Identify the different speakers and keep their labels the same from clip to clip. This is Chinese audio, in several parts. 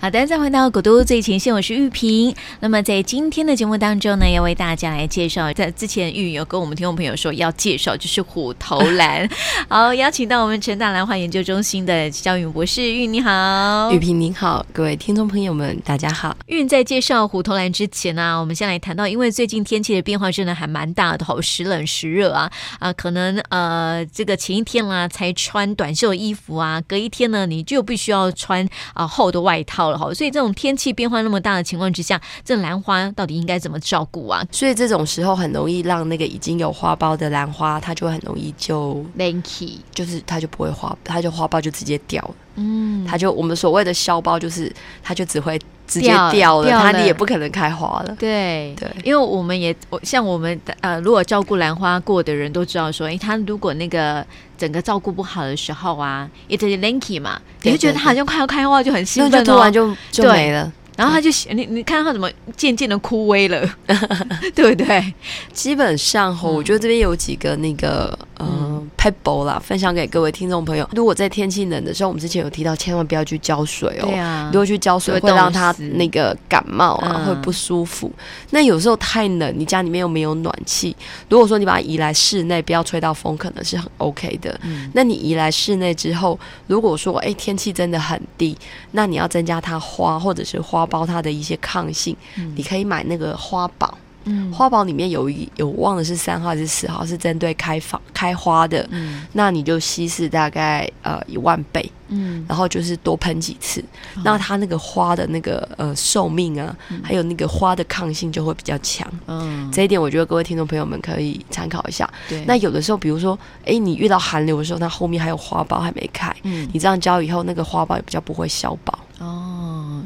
Speaker 1: 好的，再回到古都最前线，我是玉萍。那么在今天的节目当中呢，要为大家来介绍，在之前玉有跟我们听众朋友说要介绍就是虎头兰，好，邀请到我们陈大兰花研究中心的肖允博士，玉你好，
Speaker 2: 雨萍您好，各位听众朋友们，大家好。
Speaker 1: 运在介绍虎头兰之前呢、啊我们先来谈到，因为最近天气的变化真的还蛮大的，好时冷时热啊啊、可能呃这个前一天啦才穿短袖衣服啊，隔一天呢你就必须要穿啊、厚的外套了哈，所以这种天气变化那么大的情况之下，这兰花到底应该怎么照顾啊
Speaker 2: 所以这种时候很容易让那个已经有花苞的兰花，它就会很容易就
Speaker 1: ？Lanky，
Speaker 2: 就是它就不会花，它就花苞就直接掉了，
Speaker 1: 嗯，
Speaker 2: 它就我们所谓的消苞，就是它就只会直接
Speaker 1: 掉了
Speaker 2: 掉了，
Speaker 1: 掉
Speaker 2: 它
Speaker 1: 了
Speaker 2: 你也不可能开花了。
Speaker 1: 对
Speaker 2: 对
Speaker 1: 因为我们也我像我们呃，如果照顾兰花过的人都知道说，诶，它如果那个整个照顾不好的时候啊，也就是 lanky 嘛，你
Speaker 2: 对
Speaker 1: 就觉得它
Speaker 2: 对
Speaker 1: 好像快要开花就很兴
Speaker 2: 那
Speaker 1: 奋、
Speaker 2: 就
Speaker 1: 哦，
Speaker 2: 突然就就
Speaker 1: 对
Speaker 2: 没了。
Speaker 1: 然后它就你你看它怎么渐渐的枯萎 了， 对不对？
Speaker 2: 基本上吼，
Speaker 1: 嗯
Speaker 2: 我觉得这边有几个那个呃
Speaker 1: 嗯
Speaker 2: pebble 啦，分享给各位听众朋友。如果在天气冷的时候，我们之前有提到，千万不要去浇水哦。
Speaker 1: 啊
Speaker 2: 如果去浇水
Speaker 1: 就会
Speaker 2: 会让它
Speaker 1: 冻死
Speaker 2: 那个感冒啊，
Speaker 1: 嗯
Speaker 2: 会不舒服。那有时候太冷，你家里面又没有暖气，如果说你把它移来室内，不要吹到风，可能是很 OK 的。
Speaker 1: 嗯
Speaker 2: 那你移来室内之后，如果说哎、天气真的很低，那你要增加它花或者是花苞它的一些抗性，
Speaker 1: 嗯
Speaker 2: 你可以买那个花宝。
Speaker 1: 嗯
Speaker 2: 花宝里面有一有忘了是三号还是四号，是针对开放开花的，
Speaker 1: 嗯
Speaker 2: 那你就稀释大概呃一万倍，
Speaker 1: 嗯
Speaker 2: 然后就是多喷几次，
Speaker 1: 哦
Speaker 2: 那它那个花的那个呃寿命啊，还有那个花的抗性就会比较强。
Speaker 1: 嗯，
Speaker 2: 这一点我觉得各位听众朋友们可以参考一下。
Speaker 1: 对
Speaker 2: 那有的时候，比如说，诶，你遇到寒流的时候，它后面还有花苞还没开，
Speaker 1: 嗯
Speaker 2: 你这样浇以后，那个花苞也比较不会消苞。
Speaker 1: 哦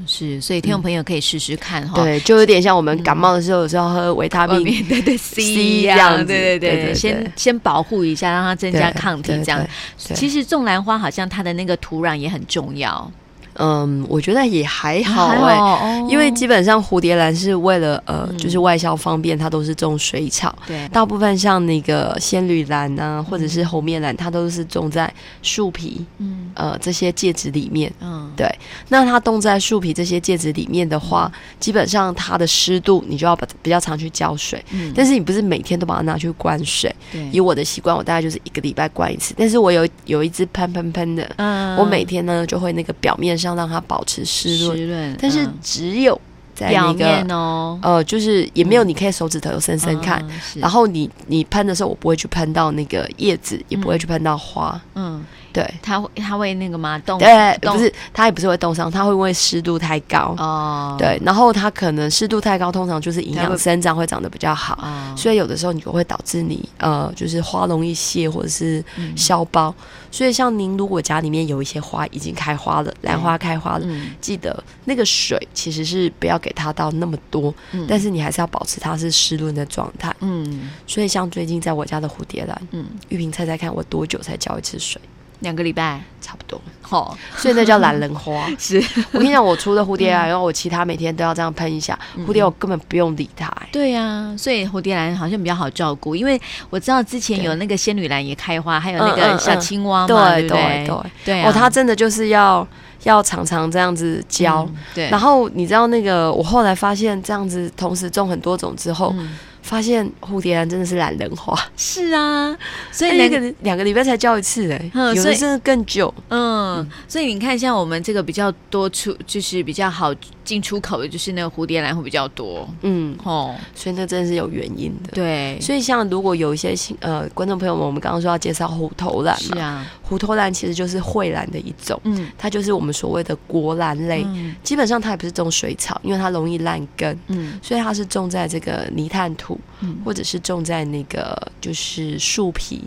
Speaker 1: 是，所以听众朋友可以试试看哈、
Speaker 2: 嗯对，就有点像我们感冒的时候，有时候喝维他
Speaker 1: 外
Speaker 2: 命
Speaker 1: 面对对 C 一
Speaker 2: 这样子
Speaker 1: 对
Speaker 2: 对
Speaker 1: 对
Speaker 2: 对对
Speaker 1: 先先保护一下，让它增加抗体
Speaker 2: 对对
Speaker 1: 这样
Speaker 2: 对。对
Speaker 1: 其实种兰花好像它的那个土壤也很重要，
Speaker 2: 嗯，我觉得也还好
Speaker 1: 还
Speaker 2: 哎、
Speaker 1: 哦
Speaker 2: 因为基本上蝴蝶兰是为了呃，
Speaker 1: 嗯
Speaker 2: 就是外销方便，它都是种水草。
Speaker 1: 对
Speaker 2: 大部分像那个仙女兰啊，或者是猴面兰，它都是种在树皮
Speaker 1: 嗯
Speaker 2: 呃这些介质里面。
Speaker 1: 嗯
Speaker 2: 对那它种在树皮这些介质里面的话，基本上它的湿度你就要把比较常去浇水，
Speaker 1: 嗯
Speaker 2: 但是你不是每天都把它拿去灌水。以
Speaker 1: 对
Speaker 2: 我的习惯，我大概就是一个礼拜灌一次，但是我有有一支喷喷喷的，
Speaker 1: 嗯
Speaker 2: 我每天呢就会那个表面上让它保持湿润，
Speaker 1: 湿润，
Speaker 2: 但是
Speaker 1: 嗯
Speaker 2: 只有在
Speaker 1: 表
Speaker 2: 那个
Speaker 1: 面哦，
Speaker 2: 呃，就是也没有你可以手指头伸伸看。
Speaker 1: 嗯，是
Speaker 2: 然后你你喷的时候，我不会去喷到那个叶子，也不会去喷到花，
Speaker 1: 嗯，哦
Speaker 2: 对
Speaker 1: 它会它会那个吗？动
Speaker 2: 对，
Speaker 1: 动
Speaker 2: 不是它也不是会冻伤，它会因为湿度太高，
Speaker 1: 哦，
Speaker 2: 对，然后它可能湿度太高，通常就是营
Speaker 1: 它会
Speaker 2: 养生长会长得比较好，
Speaker 1: 哦，
Speaker 2: 所以有的时候你就会导致你呃，就是花容易谢或者是
Speaker 1: 嗯
Speaker 2: 消苞。所以像您如果家里面有一些花已经开花了，兰花开花了，
Speaker 1: 嗯
Speaker 2: 记得那个水其实是不要给它到那么多，
Speaker 1: 嗯
Speaker 2: 但是你还是要保持它是湿润的状态。
Speaker 1: 嗯
Speaker 2: 所以像最近在我家的蝴蝶兰，
Speaker 1: 嗯，
Speaker 2: 玉萍猜猜看我多久才浇一次水？
Speaker 1: 两个礼拜，
Speaker 2: 差不多，
Speaker 1: 好。
Speaker 2: 所以那叫兰人花
Speaker 1: 是，
Speaker 2: 我跟你讲，我除了蝴蝶兰，啊然后我其他每天都要这样喷一下，
Speaker 1: 嗯
Speaker 2: 蝴蝶我根本不用理它、欸
Speaker 1: 对呀、所以蝴蝶兰好像比较好照顾，因为我知道之前
Speaker 2: 对
Speaker 1: 有那个仙女兰也开花，还有
Speaker 2: 嗯
Speaker 1: 那个
Speaker 2: 嗯
Speaker 1: 小
Speaker 2: 嗯
Speaker 1: 青蛙嘛，
Speaker 2: 对
Speaker 1: 不对
Speaker 2: 对对，
Speaker 1: 对啊
Speaker 2: 哦，它真的就是要要常常这样子浇。
Speaker 1: 嗯对，
Speaker 2: 然后你知道那个，我后来发现这样子同时种很多种之后，
Speaker 1: 嗯
Speaker 2: 发现蝴蝶兰真的是懒人花，
Speaker 1: 是啊，所以那
Speaker 2: 那个
Speaker 1: 个。
Speaker 2: 两个礼拜才浇一次哎、
Speaker 1: 嗯
Speaker 2: 有
Speaker 1: 所以
Speaker 2: 的甚至更久。
Speaker 1: 嗯，所以你看，像我们这个比较多出，就是比较好进出口的，就是那个蝴蝶兰会比较多。
Speaker 2: 嗯，
Speaker 1: 哦，
Speaker 2: 所以那真的是有原因的。
Speaker 1: 对，
Speaker 2: 所以像如果有一些新呃观众朋友们，我们刚刚说要介绍虎头兰
Speaker 1: 是
Speaker 2: 嘛，
Speaker 1: 啊，
Speaker 2: 虎头兰其实就是蕙兰的一种，
Speaker 1: 嗯，
Speaker 2: 它就是我们所谓的国兰类。
Speaker 1: 嗯
Speaker 2: 基本上它也不是种水草，因为它容易烂根，
Speaker 1: 嗯
Speaker 2: 所以它是种在这个泥炭土，
Speaker 1: 嗯
Speaker 2: 或者是种在那个就是树皮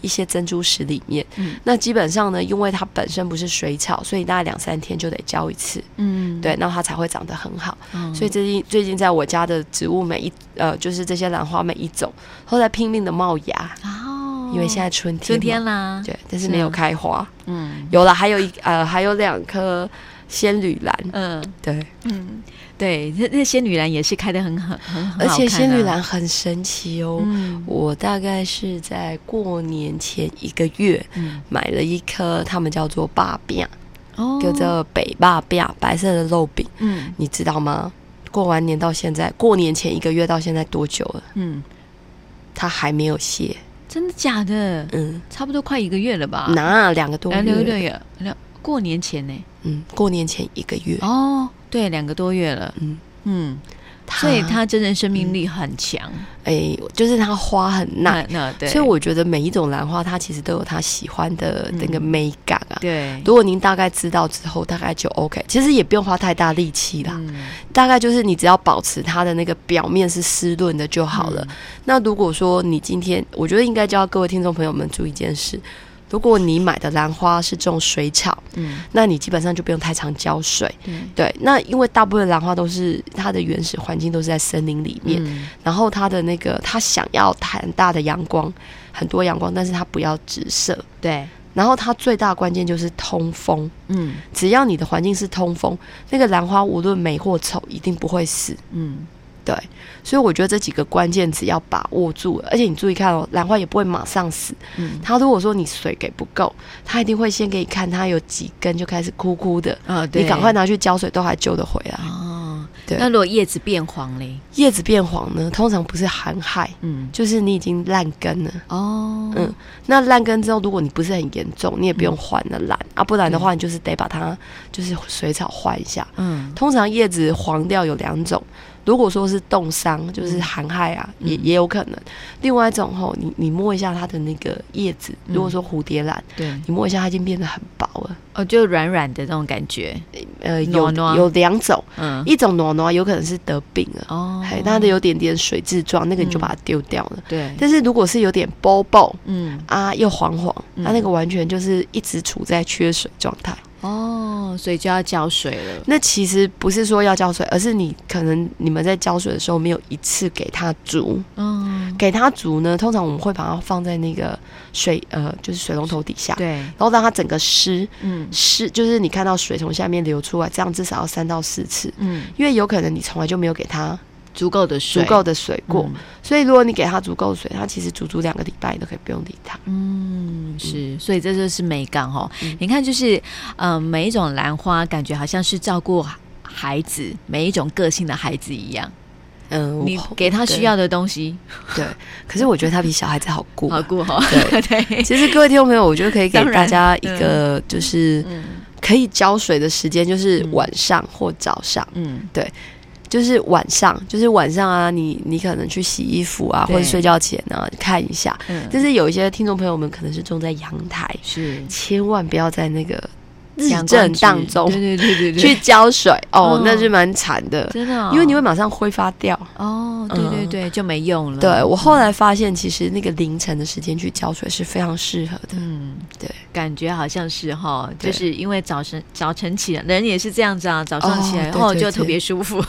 Speaker 2: 一些珍珠石里面。
Speaker 1: 嗯
Speaker 2: 那基本上呢，因为它本身不是水草，所以大概两三天就得浇一次，
Speaker 1: 嗯，
Speaker 2: 对，那它才会长得很好。
Speaker 1: 嗯，
Speaker 2: 所以最近最近在我家的植物每一呃，就是这些兰花每一种，都在拼命的冒芽，
Speaker 1: 哦，
Speaker 2: 因为现在春天
Speaker 1: 春
Speaker 2: 嘛，
Speaker 1: 天啦，
Speaker 2: 对，但是
Speaker 1: 是啊
Speaker 2: 没有开花。
Speaker 1: 嗯
Speaker 2: 有了，还有一呃，还有两颗仙女兰，
Speaker 1: 嗯。
Speaker 2: 对，
Speaker 1: 嗯，对，那那仙女兰也是开的很很很很
Speaker 2: 而
Speaker 1: 好
Speaker 2: 且
Speaker 1: 看
Speaker 2: 仙女
Speaker 1: 啊，
Speaker 2: 兰很神奇哦。
Speaker 1: 嗯
Speaker 2: 我大概是在过年前一个月
Speaker 1: 嗯
Speaker 2: 买了一颗，他们叫做霸变，
Speaker 1: 哦
Speaker 2: 叫做北坝饼，白色的肉饼，
Speaker 3: 嗯
Speaker 2: 你知道吗？过完年到现在，过年前一个月到现在多久了？
Speaker 3: 嗯，
Speaker 2: 它还没有谢，
Speaker 1: 真的假的？
Speaker 2: 嗯，
Speaker 1: 差不多快一个月了吧？
Speaker 2: 那两个多
Speaker 1: 哎啊两个多
Speaker 2: 月，
Speaker 1: 月，两过年前呢？
Speaker 2: 嗯，过年前一个月，
Speaker 1: 哦，对，两个多月了。
Speaker 2: 嗯
Speaker 1: 嗯，所以
Speaker 2: 它
Speaker 1: 他真人生命力很强。
Speaker 2: 哎，就是它花很耐，
Speaker 1: 那对，
Speaker 2: 所以我觉得每一种兰花，它其实都有它喜欢的那个美感啊。
Speaker 1: 嗯对，
Speaker 2: 如果您大概知道之后，大概就 OK。其实也不用花太大力气啦，
Speaker 1: 嗯
Speaker 2: 大概就是你只要保持它的那个表面是湿润的就好了。
Speaker 1: 嗯
Speaker 2: 那如果说你今天，我觉得应该教各位听众朋友们注意一件事：如果你买的兰花是种水草，
Speaker 1: 嗯，
Speaker 2: 那你基本上就不用太常浇水。
Speaker 1: 对，
Speaker 2: 对，那因为大部分兰花都是它的原始环境都是在森林里面，
Speaker 1: 嗯
Speaker 2: 然后它的那个它想要很大的阳光，很多阳光，但是它不要直射。
Speaker 1: 对，
Speaker 2: 然后它最大关键就是通风，
Speaker 1: 嗯
Speaker 2: 只要你的环境是通风，那个兰花无论美或丑，一定不会死。
Speaker 1: 嗯
Speaker 2: 对，所以我觉得这几个关键词要把握住，而且你注意看哦，兰花也不会马上死。
Speaker 1: 嗯，
Speaker 2: 它如果说你水给不够，它一定会先给你看它有几根就开始枯枯的，
Speaker 1: 啊，对，
Speaker 2: 你赶快拿去浇水都还救得回来。
Speaker 1: 哦。
Speaker 2: 对
Speaker 1: 那如果叶子变黄嘞？
Speaker 2: 叶子变黄呢，通常不是寒害，
Speaker 1: 嗯，
Speaker 2: 就是你已经烂根了。
Speaker 1: 哦，
Speaker 2: 嗯，那烂根之后，如果你不是很严重，你也不用换了兰、
Speaker 1: 嗯
Speaker 2: 啊，不然的话，你就是得把它就是水草换一下。
Speaker 1: 嗯
Speaker 2: 通常叶子黄掉有两种，如果说是冻伤，就是寒害啊，
Speaker 1: 嗯
Speaker 2: 也也有可能。另外一种吼，你你摸一下它的那个叶子，
Speaker 1: 嗯
Speaker 2: 如果说蝴蝶兰，
Speaker 1: 对，
Speaker 2: 你摸一下它已经变得很薄了。
Speaker 1: 哦，就软软的那种感觉，
Speaker 2: 呃，有
Speaker 1: 暖暖
Speaker 2: 有两种，
Speaker 1: 嗯，
Speaker 2: 一种挪挪有可能是得病了，
Speaker 1: 哦，嗯
Speaker 2: 嘿，它的有点点水质状，那个你就把它丢掉了。
Speaker 1: 对，
Speaker 2: 但是如果是有点包包
Speaker 1: 嗯，
Speaker 2: 啊，又黄黄，它、
Speaker 1: 嗯
Speaker 2: 那个完全就是一直处在缺水状态。
Speaker 1: 哦，所以就要浇水了，
Speaker 2: 那其实不是说要浇水，而是你可能你们在浇水的时候没有一次给它足，
Speaker 1: 嗯，
Speaker 2: 给它足呢，通常我们会把它放在那个水呃，就是水龙头底下，然
Speaker 1: 对，
Speaker 2: 后让它整个湿
Speaker 1: 嗯
Speaker 2: 湿，就是你看到水从下面流出来，这样至少要三到四次。
Speaker 1: 嗯，
Speaker 2: 因为有可能你从来就没有给它
Speaker 1: 足够的
Speaker 2: 足
Speaker 1: 水，
Speaker 2: 够的水过，
Speaker 1: 嗯
Speaker 2: 所以如果你给它足够的水，它其实足足两个礼拜你都可以不用理它。
Speaker 1: 嗯，是，所以这就是美感哦。
Speaker 2: 嗯
Speaker 1: 你看，就是呃，每一种兰花感觉好像是照顾孩子，每一种个性的孩子一样，
Speaker 2: 嗯，
Speaker 1: 你
Speaker 2: 我
Speaker 1: 给他需要的东西，
Speaker 2: 对，可是我觉得它比小孩子好顾。
Speaker 1: 好顾哈。
Speaker 2: 对
Speaker 1: 对，
Speaker 2: 其实各位听众朋友，我觉得可以给
Speaker 1: 当然
Speaker 2: 大家一个就是
Speaker 1: 嗯
Speaker 2: 可以浇水的时间，就是
Speaker 1: 嗯
Speaker 2: 晚上或早上。
Speaker 1: 嗯
Speaker 2: 就是晚上，就是晚上啊，你你可能去洗衣服啊，或
Speaker 1: 对
Speaker 2: 者睡觉前啊看一下。
Speaker 1: 嗯，
Speaker 2: 但是有一些听众朋友们可能是种在阳台，
Speaker 1: 是
Speaker 2: 千万不要在那个日
Speaker 1: 阳光
Speaker 2: 正
Speaker 1: 直
Speaker 2: 当中
Speaker 1: 对对对对对，
Speaker 2: 去浇水哦
Speaker 1: 嗯，
Speaker 2: 那是蛮惨的，
Speaker 1: 真的哦，
Speaker 2: 因为你会马上挥发掉。
Speaker 1: 哦，对对
Speaker 2: 嗯
Speaker 1: 对，就没用了。
Speaker 2: 对我后来发现，其实那个凌晨的时间去浇水是非常适合的。
Speaker 1: 嗯，
Speaker 2: 对，
Speaker 1: 感觉好像是哈，就
Speaker 2: 对
Speaker 1: 是因为早晨早晨起来，人也是这样子啊，早上起来
Speaker 2: 哦
Speaker 1: 然
Speaker 2: 对
Speaker 1: 后
Speaker 2: 对
Speaker 1: 就
Speaker 2: 对
Speaker 1: 特别舒服，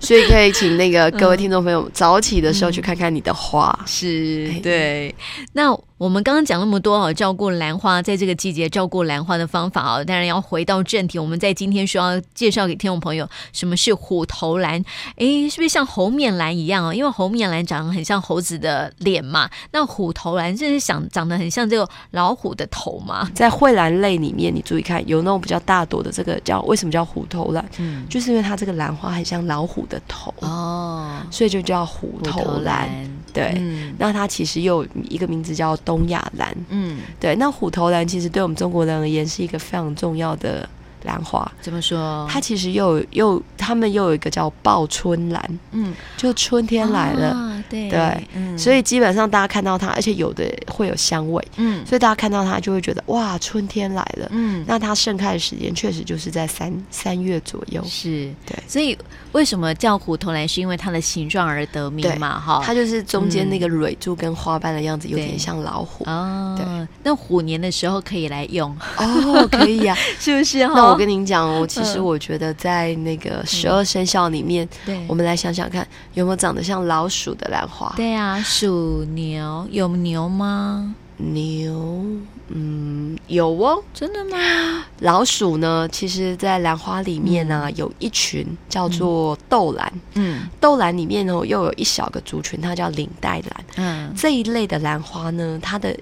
Speaker 2: 所以可以请那个各位听众朋友早起的时候去看看你的花。
Speaker 1: 嗯是
Speaker 2: 哎
Speaker 1: 对。那我们刚刚讲那么多哦，照顾兰花，在这个季节照顾兰花的方法哦，当然要回到正题。我们在今天说要介绍给听众朋友，什么是虎头兰？诶，是不是像猴面兰一样哦？因为猴面兰长得很像猴子的脸嘛，那虎头兰就是想长得很像这个老虎的头嘛。
Speaker 2: 在蕙兰类里面，你注意看，有那种比较大朵的，这个叫为什么叫虎头兰？
Speaker 1: 嗯，
Speaker 2: 就是因为它这个兰花很像老虎的头，
Speaker 1: 哦，
Speaker 2: 所以就叫虎
Speaker 1: 虎
Speaker 2: 头
Speaker 1: 头
Speaker 2: 兰。
Speaker 1: 兰，
Speaker 2: 对，
Speaker 1: 嗯
Speaker 2: 那它其实又有一个名字叫东亚兰。
Speaker 1: 嗯，
Speaker 2: 对，那虎头兰其实对我们中国人而言是一个非常重要的兰花。
Speaker 1: 怎么说？
Speaker 2: 它其实又有又，他们又有一个叫报春兰，
Speaker 1: 嗯，
Speaker 2: 就春天来了，
Speaker 1: 啊对
Speaker 2: 对，
Speaker 1: 嗯
Speaker 2: 所以基本上大家看到它，而且有的会有香味，
Speaker 1: 嗯
Speaker 2: 所以大家看到它就会觉得哇，春天来了。
Speaker 1: 嗯，
Speaker 2: 那它盛开的时间确实就是在三三月左右，
Speaker 1: 是，
Speaker 2: 对
Speaker 1: 所以为什么叫虎头兰，是因为它的形状而得名
Speaker 2: 对
Speaker 1: 嘛，哈。
Speaker 2: 它就是中间
Speaker 1: 嗯
Speaker 2: 那个蕊柱跟花瓣的样子有
Speaker 1: 对
Speaker 2: 点像老虎
Speaker 1: 哦，那虎年的时候可以来用，
Speaker 2: 哦，可以啊。
Speaker 1: 是不是哈？
Speaker 2: 那我跟您讲哦，其实
Speaker 1: 嗯
Speaker 2: 我觉得在那个十二生肖里面，
Speaker 1: 对
Speaker 2: 我们来想想看，有没有长得像老鼠的兰花？
Speaker 1: 对啊，属牛有牛吗？
Speaker 2: 牛，嗯，有哦。
Speaker 1: 真的吗？
Speaker 2: 老鼠呢，其实，在兰花里面呢、有一群叫做豆兰。
Speaker 1: 嗯
Speaker 2: 豆兰里面呢，又有一小个族群，它叫领带兰。
Speaker 1: 嗯
Speaker 2: 这一类的兰花呢，它的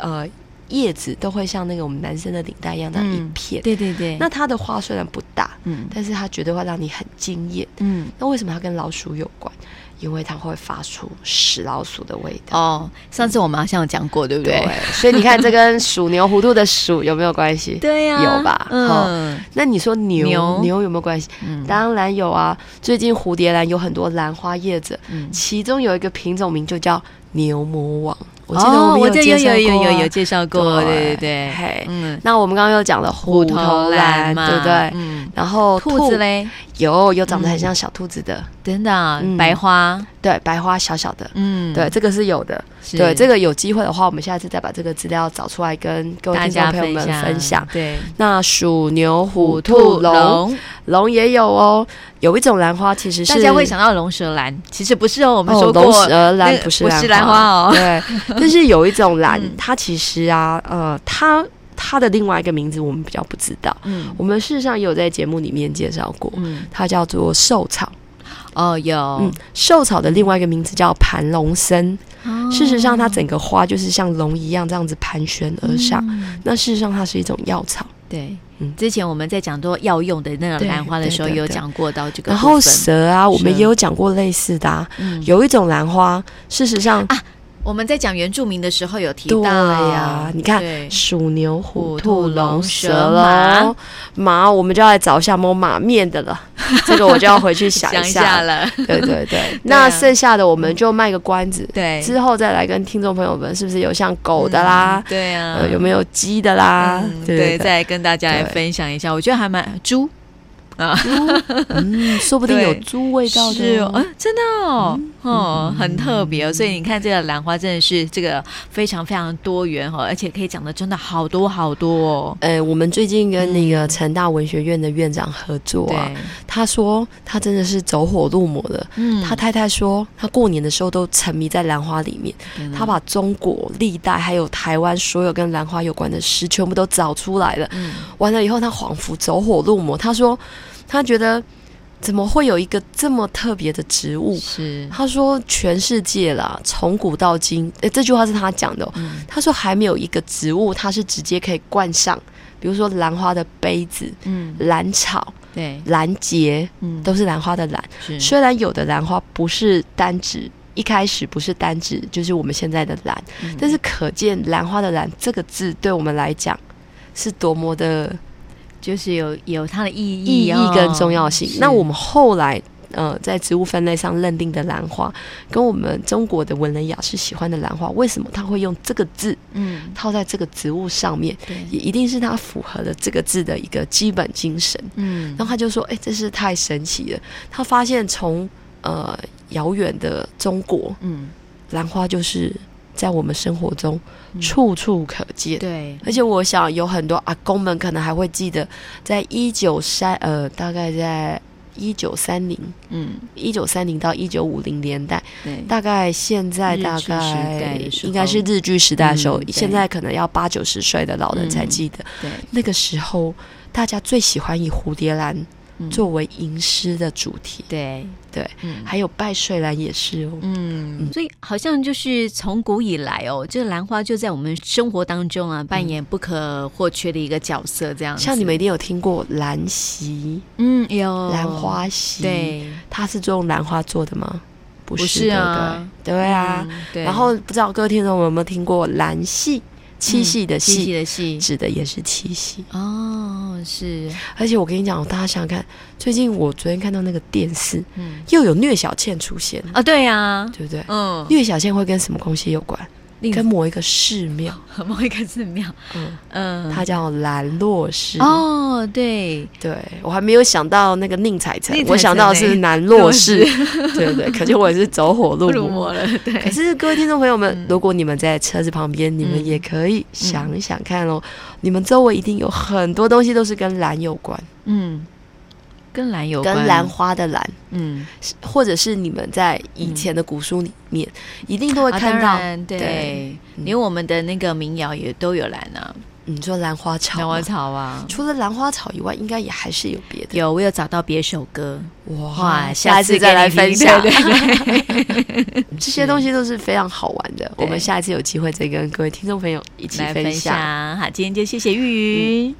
Speaker 2: 呃叶子都会像那个我们男生的领带一样，那样一片。
Speaker 3: 对对
Speaker 1: 嗯
Speaker 3: 对，
Speaker 2: 那它的花虽然不大，
Speaker 3: 嗯
Speaker 2: 但是它绝对会让你很惊艳。
Speaker 3: 嗯
Speaker 2: 那为什么它跟老鼠有关？因为它会发出死老鼠的味道。
Speaker 3: 哦，上次我们好像有讲过，对不对？
Speaker 2: 对，所以你看这跟属牛糊涂的属有没有关系？
Speaker 1: 对呀、
Speaker 2: 有吧
Speaker 1: 嗯，
Speaker 2: 那你说牛
Speaker 1: 牛
Speaker 2: 有没有关系？
Speaker 3: 嗯
Speaker 2: 当然有啊。最近蝴蝶兰有很多兰花叶子，
Speaker 3: 嗯
Speaker 2: 其中有一个品种名就叫牛魔王。我记得
Speaker 1: 哦，
Speaker 2: 们
Speaker 1: 我
Speaker 2: 有
Speaker 1: 这
Speaker 2: 介
Speaker 1: 有
Speaker 2: 绍过啊、
Speaker 1: 有有有有介绍过，对对对
Speaker 2: 嘿，
Speaker 1: 嗯，
Speaker 2: 那我们刚刚又讲了虎头兰，
Speaker 1: 嘛，
Speaker 2: 对不对？
Speaker 1: 嗯，
Speaker 2: 然后
Speaker 1: 兔子嘞，
Speaker 2: 有有长得很像小兔子的，
Speaker 1: 真的啊
Speaker 2: 嗯
Speaker 1: 白花，
Speaker 2: 对，白花小小的，
Speaker 1: 嗯，
Speaker 2: 对，，这个是有的。对，这个有机会的话，我们下次再把这个资料找出来跟各位
Speaker 1: 大
Speaker 2: 听众
Speaker 1: 家
Speaker 2: 朋友
Speaker 1: 分
Speaker 2: 们
Speaker 1: 享
Speaker 2: 分享。
Speaker 1: 对，
Speaker 2: 那属牛、虎、兔、龙，，龙也有哦。有一种兰花其实是
Speaker 1: 大家会想到龙舌兰，其实不是哦，我
Speaker 2: 我
Speaker 1: 们说过
Speaker 2: 龙舌
Speaker 1: 那
Speaker 2: 兰
Speaker 1: 个
Speaker 2: 不是
Speaker 1: 不
Speaker 2: 兰
Speaker 1: 是兰花 哦
Speaker 2: 对， 但是有一种兰
Speaker 1: 嗯，
Speaker 2: 它其实啊，呃，它它的另外一个名字我们比较不知道，
Speaker 1: 嗯
Speaker 2: 我们事实上也有在节目里面介绍过，
Speaker 1: 嗯，
Speaker 2: 它叫做寿草。
Speaker 1: 哦有，
Speaker 2: 嗯，寿草的另外一个名字叫盘龙参。
Speaker 1: 哦
Speaker 2: 嗯事实上，它整个花就是像龙一样这样子盘旋而上。
Speaker 1: 嗯
Speaker 2: 那事实上，它是一种药草。
Speaker 1: 对
Speaker 2: 嗯。
Speaker 1: 之前我们在讲多药用的那个
Speaker 2: 对
Speaker 1: 兰花的时候，
Speaker 2: 对对
Speaker 1: 有
Speaker 2: 对
Speaker 1: 讲过到这个
Speaker 2: 然
Speaker 1: 部分。
Speaker 2: 后蛇啊，我们
Speaker 1: 蛇
Speaker 2: 也有讲过类似的、啊。
Speaker 1: 嗯，
Speaker 2: 有一种兰花，事实上，
Speaker 1: 我们在讲原住民的时候有提到，啊
Speaker 2: 对呀你看
Speaker 1: 对
Speaker 2: 鼠、牛、
Speaker 1: 虎
Speaker 2: 虎、
Speaker 1: 兔
Speaker 2: 兔、
Speaker 1: 龙
Speaker 2: 龙、
Speaker 1: 蛇
Speaker 2: 蛇、龙、马，我们就要来找一下摸马面 的了。这个我就要回去想
Speaker 1: 想
Speaker 2: 一
Speaker 1: 一
Speaker 2: 下
Speaker 1: 下
Speaker 2: 了。
Speaker 1: 了，啊
Speaker 2: 对对对，那剩下的我们就卖个关子，
Speaker 1: 对
Speaker 2: 之后再来跟听众朋友们，是不是有像狗的啦？
Speaker 1: 嗯对啊，
Speaker 2: 呃，有没有鸡的啦？
Speaker 1: 嗯
Speaker 2: 对
Speaker 1: 对，
Speaker 2: 对对，
Speaker 1: 再跟大家来
Speaker 2: 对
Speaker 1: 分享一下，我觉得还蛮猪啊，
Speaker 2: 嗯，说不定有猪味道的、
Speaker 1: 是哦，嗯，真的哦，哦，很特别哦。所以你看，这个兰花真的是这个非常非常多元哦，而且可以讲的真的好多好多哦。
Speaker 2: 呃，我们最近跟那个成大文学院的院长合作
Speaker 1: 嗯对
Speaker 2: 啊，，他说他真的是走火入魔了。
Speaker 1: 嗯
Speaker 2: 他太太说，他过年的时候都沉迷在兰花里面，他把中国历代还有台湾所有跟兰花有关的诗全部都找出来了。
Speaker 1: 嗯
Speaker 2: 完了以后，他恍惚走火入魔。他说，他觉得怎么会有一个这么特别的植物？
Speaker 1: 是
Speaker 2: 他说，全世界啦，从古到今，诶，这句话是他讲的哦、
Speaker 1: 嗯
Speaker 2: 他说还没有一个植物，它是直接可以冠上，比如说兰花的杯子、
Speaker 1: 嗯，
Speaker 2: 兰草、
Speaker 1: 对，
Speaker 2: 兰节，
Speaker 1: 嗯
Speaker 2: 都是兰花的兰。
Speaker 1: 是
Speaker 2: 虽然有的兰花不是单指，一开始不是单指，就是我们现在的兰，
Speaker 1: 嗯
Speaker 2: 但是可见兰花的兰这个字对我们来讲。是多么的
Speaker 1: 就是有有它的意
Speaker 2: 意
Speaker 1: 义
Speaker 2: 义
Speaker 1: 哦
Speaker 2: 跟重要性。
Speaker 1: 是
Speaker 2: 那我们后来呃在植物分类上认定的兰花，跟我们中国的文人雅士喜欢的兰花，为什么他会用这个字
Speaker 1: 嗯
Speaker 2: 套在这个植物上面？
Speaker 1: 对
Speaker 2: 也一定是它符合了这个字的一个基本精神。
Speaker 1: 嗯
Speaker 2: 然后他就说：“哎、真是太神奇了！他发现从呃遥远的中国，
Speaker 1: 嗯
Speaker 2: 兰花就是在我们生活中
Speaker 1: 嗯
Speaker 2: 处处可见。
Speaker 1: 对
Speaker 2: 而且我想有很多阿公们可能还会记得，在一九三呃，大概在一九三零、
Speaker 1: 嗯
Speaker 2: 一九三零到一九五零年代，
Speaker 1: 对嗯
Speaker 2: 大概现在
Speaker 1: 日
Speaker 2: 大
Speaker 1: 据时代
Speaker 2: 概
Speaker 1: 的时候
Speaker 2: 应该是日据时代的时候，
Speaker 1: 嗯对
Speaker 2: 现在可能要八九十岁的老人才
Speaker 1: 嗯
Speaker 2: 记得。
Speaker 1: 对
Speaker 2: 那个时候，大家最喜欢以蝴蝶兰
Speaker 1: 嗯
Speaker 2: 作为吟诗的主题，
Speaker 1: 对
Speaker 2: 对
Speaker 1: 嗯
Speaker 2: 还有拜睡兰也是哦。
Speaker 1: 嗯，所以好像就是从古以来哦，这个兰花就在我们生活当中啊，扮演不可或缺的一个角色，这样子。
Speaker 2: 像你们一定有听过兰席、
Speaker 1: 嗯有
Speaker 2: 兰，花席，，
Speaker 1: 对，
Speaker 2: 它是用兰花做的吗？不
Speaker 1: 不
Speaker 2: 是，
Speaker 1: 是啊
Speaker 2: 对不对？对啊。
Speaker 1: 嗯，对。
Speaker 2: 然后不知道各位听众有没有听过兰戏，七夕的
Speaker 1: 细细
Speaker 2: 戏，
Speaker 1: 嗯的细
Speaker 2: 指的也是七夕。
Speaker 1: 哦，是
Speaker 2: 而且我跟你讲，大家想想看，最近我昨天看到那个电视
Speaker 1: 嗯
Speaker 2: 又有虐小倩出现，
Speaker 1: 啊，对呀，
Speaker 2: 对不嗯对？
Speaker 1: 嗯，
Speaker 2: 虐小倩会跟什么东西有关？
Speaker 1: 另
Speaker 2: 跟某一个寺庙，
Speaker 1: 某一个寺庙，
Speaker 2: 嗯，
Speaker 1: 嗯，
Speaker 2: 它叫兰洛寺。
Speaker 1: 哦，对，
Speaker 2: 对我还没有想到那个宁采臣
Speaker 1: 宁采，臣欸
Speaker 2: 我想到的是兰洛寺。 对对，可见我也是走火入
Speaker 1: 入
Speaker 2: 魔。
Speaker 1: 魔了，
Speaker 2: 可
Speaker 1: 对，
Speaker 2: 是各位听众朋友们，
Speaker 1: 嗯
Speaker 2: 如果你们在车子旁边，你们
Speaker 1: 嗯
Speaker 2: 也可以想一想看哦，你们周围一定有很多东西都是跟兰有关，
Speaker 1: 嗯，跟兰有关，
Speaker 2: 跟兰，花的兰，
Speaker 1: 嗯，
Speaker 2: 或者是你们在以前的古书里面一定都会
Speaker 1: 啊
Speaker 2: 看
Speaker 1: 当
Speaker 2: 到。
Speaker 1: 然对
Speaker 2: 对，嗯
Speaker 1: 连我们的那个民谣也都有兰啊，
Speaker 2: 你说兰花草吗，
Speaker 1: 兰花草啊，
Speaker 2: 除了兰花草以外，应该也还是有别的。
Speaker 1: 有我有找到别首歌，哇，
Speaker 2: 下
Speaker 1: 次
Speaker 2: 再
Speaker 1: 给
Speaker 2: 来
Speaker 1: 你
Speaker 2: 分
Speaker 1: 听
Speaker 2: 享。
Speaker 1: 对对 对
Speaker 2: 这些东西都是非常好玩的。
Speaker 1: 对
Speaker 2: 我们下一次有机会再跟各位听众朋友一起
Speaker 1: 来
Speaker 2: 分
Speaker 1: 分
Speaker 2: 享。嗯
Speaker 1: 享。好，今天就谢谢玉云。